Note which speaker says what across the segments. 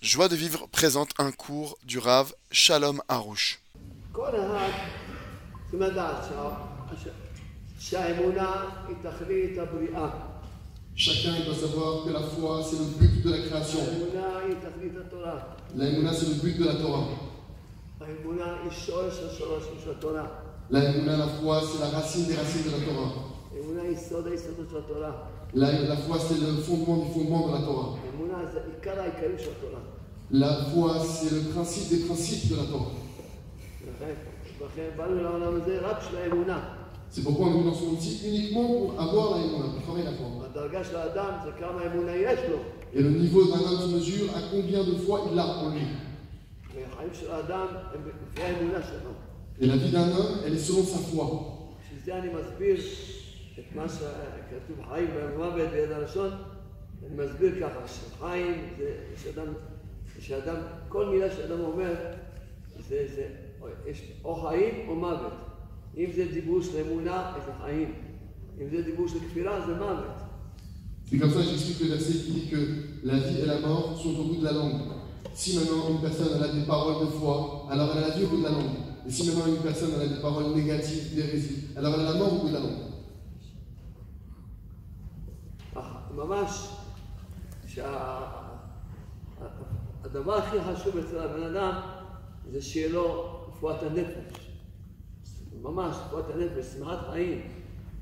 Speaker 1: Joie de vivre présente un cours du Rav Shalom Harouche.
Speaker 2: כל אחד צריכים לדעת שה- ש- שהאמונה היא תכלית הבריאה,
Speaker 3: Chacun doit savoir que la foi, c'est le but de la création.
Speaker 2: האמונה היא תכלית התורה,
Speaker 3: La Emouna, c'est le but de la Torah.
Speaker 2: האמונה היא שורש השורשים של התורה,
Speaker 3: La Emouna, la foi, c'est la racine des racines de la Torah.
Speaker 2: האמונה היא סוד היסודות של התורה,
Speaker 3: La, la foi, c'est le fondement du fondement de la Torah.
Speaker 2: האמונה זה עיקר העיקרי של התורה,
Speaker 3: La foi, c'est le principe des principes de la Torah.
Speaker 2: ולכן ולכן באנו לעולם הזה רק בשביל האמונה,
Speaker 3: C'est pourquoi on est venu dans ce monde ici uniquement pour avoir la Emouna, pour travailler la foi.
Speaker 2: הדרגה של האדם זה כמה אמונה יש לו,
Speaker 3: Et le niveau d'un homme se mesure à combien de fois il l'a en lui.
Speaker 2: והחיים של האדם הם לפי האמונה שלו,
Speaker 3: Et la vie d'un homme, elle est selon sa foi.
Speaker 2: בשביל זה אני מסביר את מה שכתוב חיים ומוות ביד הלשון, אני מסביר ככה, שחיים זה שאדם, שאדם, כל מילה שאדם אומר, זה, זה, יש או חיים או מוות. אם זה דיבור של אמונה, אז זה חיים. אם זה דיבור של כפירה, זה מוות.
Speaker 3: C'est comme ça que j'explique le verset qui dit que la vie et la mort sont au bout de la langue. Si maintenant une personne elle a des paroles de foi, alors elle a la vie au bout de la langue. Et si maintenant une personne elle a des paroles négatives, d'hérésie, alors elle a la mort au bout de la langue.
Speaker 2: אך ממש, שהדבר הכי חשוב אצל הבן אדם זה שיהיה לו רפואת הנפש. ממש, רפואת הנפש, שמחת חיים.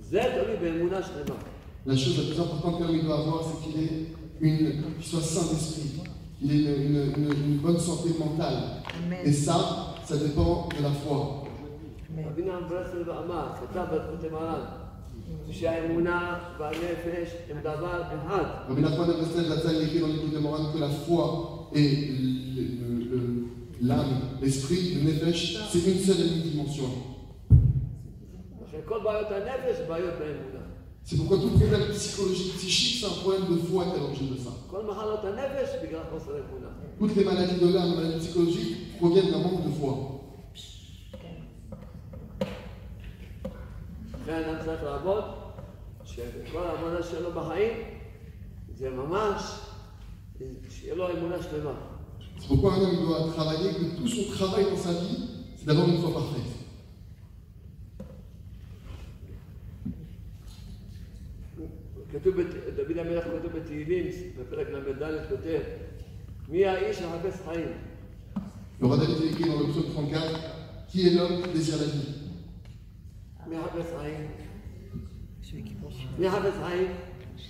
Speaker 2: זה תלוי באמונה שלמה.
Speaker 3: La chose la plus importante qu'un homme doit avoir, c'est qu'il ait une, qu'il soit sain d'esprit, qu'il ait une, une- une- une bonne santé mentale. Et ça, ça dépend de la foi.
Speaker 2: רבי נעם ברסלב אמר, כתב בתקותי מרן, שהאמונה והנפש הם דבר אחד.
Speaker 3: Rabbi Nachman de Breslev Latzal écrit dans l'écoute de Moran que la foi et le- le- le- l'âme, l'esprit, le nefesh, c'est une seule et unique dimension.
Speaker 2: לכן כל בעיות הנפש הן בעיות באמונה.
Speaker 3: C'est pourquoi tout problème psychologique, psychique, c'est un problème de foi qui est à l'origine de ça.
Speaker 2: כל מחלות הנפש בגלל חוסר אמונה.
Speaker 3: Toutes les maladies de l'âme, maladies psychologiques, proviennent d'un manque de foi.
Speaker 2: לכן אדם צריך לעבוד, שכל העבודה שלו בחיים זה ממש, שיהיה לו אמונה שלמה.
Speaker 3: C'est pourquoi un homme doit travailler, que tout son travail dans sa vie, c'est d'avoir une foi parfaite.
Speaker 2: כתוב, בת- דוד המלך כותב בתהילים, בפרק ל"ד כותב, מי האיש המחפש חיים?
Speaker 3: Le roi David est écrit dans le psaume 34 Qui est l'homme qui désire la vie
Speaker 2: מי מחפש חיים? מי מחפש חיים?
Speaker 3: Qui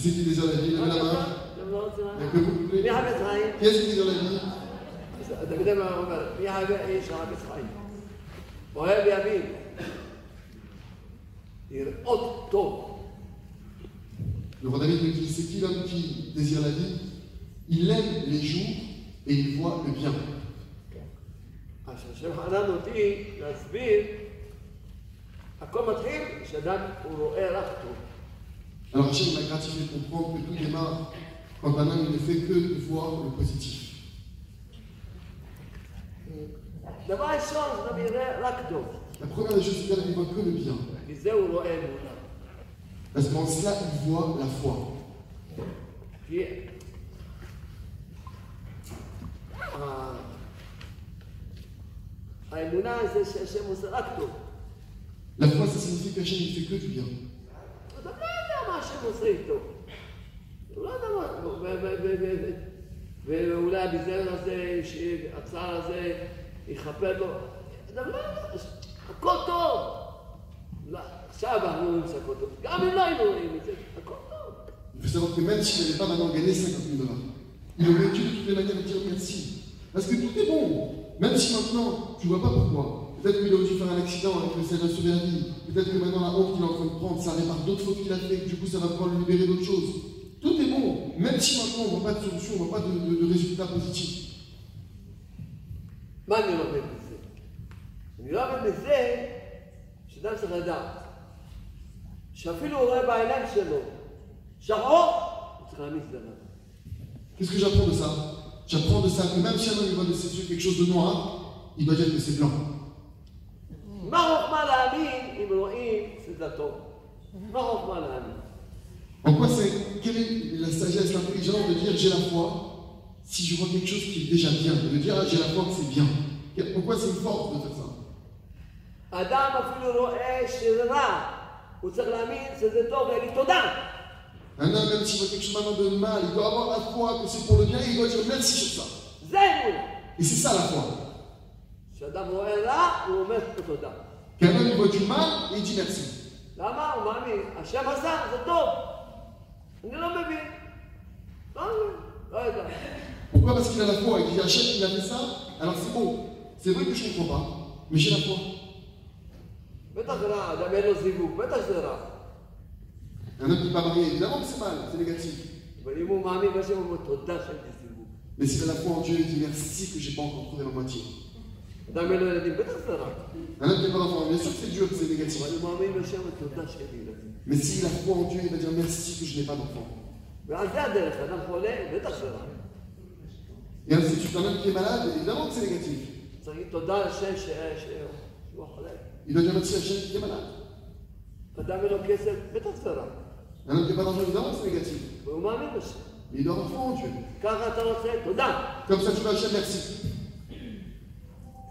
Speaker 3: c'est qui désire la vie Levez la main.
Speaker 2: אתם לא רוצים-
Speaker 3: Il y a que vous vous
Speaker 2: מי
Speaker 3: plaît.
Speaker 2: מחפש חיים?
Speaker 3: Qui est-ce qui désire la vie
Speaker 2: אז דוד המלך אומר, מי האיש המחפש חיים? אוהב ימים. לראות טוב.
Speaker 3: Le roi David nous dit C'est qui l'homme qui désire la vie Il aime les jours et il voit le bien.
Speaker 2: אז השם חנן אותי להסביר, הכל מתחיל כשאדם הוא רואה רק טוב.
Speaker 3: Alors Hachem m'a gratifié de comprendre que tout démarre quand un homme ne fait que de voir le positif.
Speaker 2: דבר ראשון, אדם יראה רק טוב,
Speaker 3: La première des choses, c'est qu'il ne voit que le bien.
Speaker 2: כי זה הוא רואה אמונה.
Speaker 3: À ce moment-là, il voit la foi.
Speaker 2: כי ה- האמונה זה שהשם עושה רק טוב.
Speaker 3: La foi, ça signifie qu'Hachem ne fait que du bien.
Speaker 2: אדם לא יודע מה השם עושה איתו. הוא לא יודע מה... ו- ו- ו- ו- ו- ו- ואולי הביזיון הזה, שהצער הזה, יכפר לו. אדם לא יודע, הכל טוב. לא, עכשיו אנחנו רואים שהכל טוב. גם אם לא היינו רואים את זה, הכל טוב.
Speaker 3: Il faut savoir que même s'il n'avait pas maintenant gagné 50 000 dollars, il aurait dû de toutes les manières dire merci. Parce que tout est bon. Même si maintenant, tu vois pas pourquoi. Peut-être qu'il aurait dû faire un accident avec le salaire sauvé la vie. Peut-être que maintenant, la honte qu'il est en train de prendre, ça répare d'autres fautes qu'il a fait, que du coup, ça va pouvoir le libérer d'autres choses. Tout est bon. Même si maintenant, on voit pas de solution, on voit pas de, de- de résultat positif.
Speaker 2: מה אני לומד מזה? אני לומד מזה שאדם צריך לדעת שאפילו הוא רואה בעיניים שלו שחור, הוא צריך להעמיס עליו.
Speaker 3: Qu'est-ce que j'apprends de ça J'apprends de ça que même si un homme il voit de ses yeux quelque chose de noir, il doit dire que c'est blanc.
Speaker 2: מה חוכמה להאמין אם רואים סדרתו? מה חוכמה להאמין?
Speaker 3: En quoi c'est Quelle est la sagesse, l'intelligence de dire j'ai la foi si je vois quelque chose qui est déjà bien, de me dire, ah, j'ai la force, c'est bien. Pourquoi c'est une force de faire ça
Speaker 2: האדם אפילו רואה שזה רע, הוא צריך להאמין שזה טוב ולהגיד תודה.
Speaker 3: Un homme, même s'il voit quelque chose maintenant de mal, il doit avoir la foi que c'est pour le bien et il doit dire merci sur ça.
Speaker 2: זה אמונה.
Speaker 3: Et c'est ça la foi.
Speaker 2: כשאדם רואה רע, הוא אומר תודה.
Speaker 3: Qu'un homme il voit du mal et il dit merci.
Speaker 2: למה? הוא מאמין. השם עשה, זה טוב. אני לא מבין. לא מבין, לא יודע.
Speaker 3: Pourquoi Parce qu'il a la foi et qu'il dit Hachem, il a fait ça, alors c'est bon. C'est vrai que je ne comprends pas, mais j'ai la foi.
Speaker 2: בטח רע, אדם אין לו זיווג, בטח שזה רע.
Speaker 3: Un homme qui n'est pas marié, évidemment que c'est mal, c'est négatif.
Speaker 2: אבל אם הוא מאמין בשם, הוא אומר תודה שאין לי זיווג.
Speaker 3: Mais s'il a la foi en Dieu, il dit merci que j'ai pas encore trouvé la moitié.
Speaker 2: אדם אין לו ילדים, בטח זה רע.
Speaker 3: Un homme qui n'est pas d'enfant, bien sûr que c'est dur, que c'est négatif.
Speaker 2: אבל הוא מאמין בשם, תודה שאין לי ילדים.
Speaker 3: Mais s'il a foi en Dieu, il va dire merci que je n'ai pas d'enfant.
Speaker 2: ועל זה הדרך, אדם חולה, bטח זה רע.
Speaker 3: Et ainsi de suite, un homme qui est malade, évidemment que c'est négatif.
Speaker 2: צריך להגיד תודה לשם ש- ש- שהוא חולה.
Speaker 3: Il doit dire merci à Hachem qui est malade.
Speaker 2: אדם אין לו כסף, בטח זה רע.
Speaker 3: Un homme qui n'est pas d'enfant, évidemment que c'est négatif.
Speaker 2: והוא מאמין בשם.
Speaker 3: Mais il doit avoir foi en Dieu.
Speaker 2: ככה אתה רוצה, תודה.
Speaker 3: Comme ça, tu vas à Hachem, merci.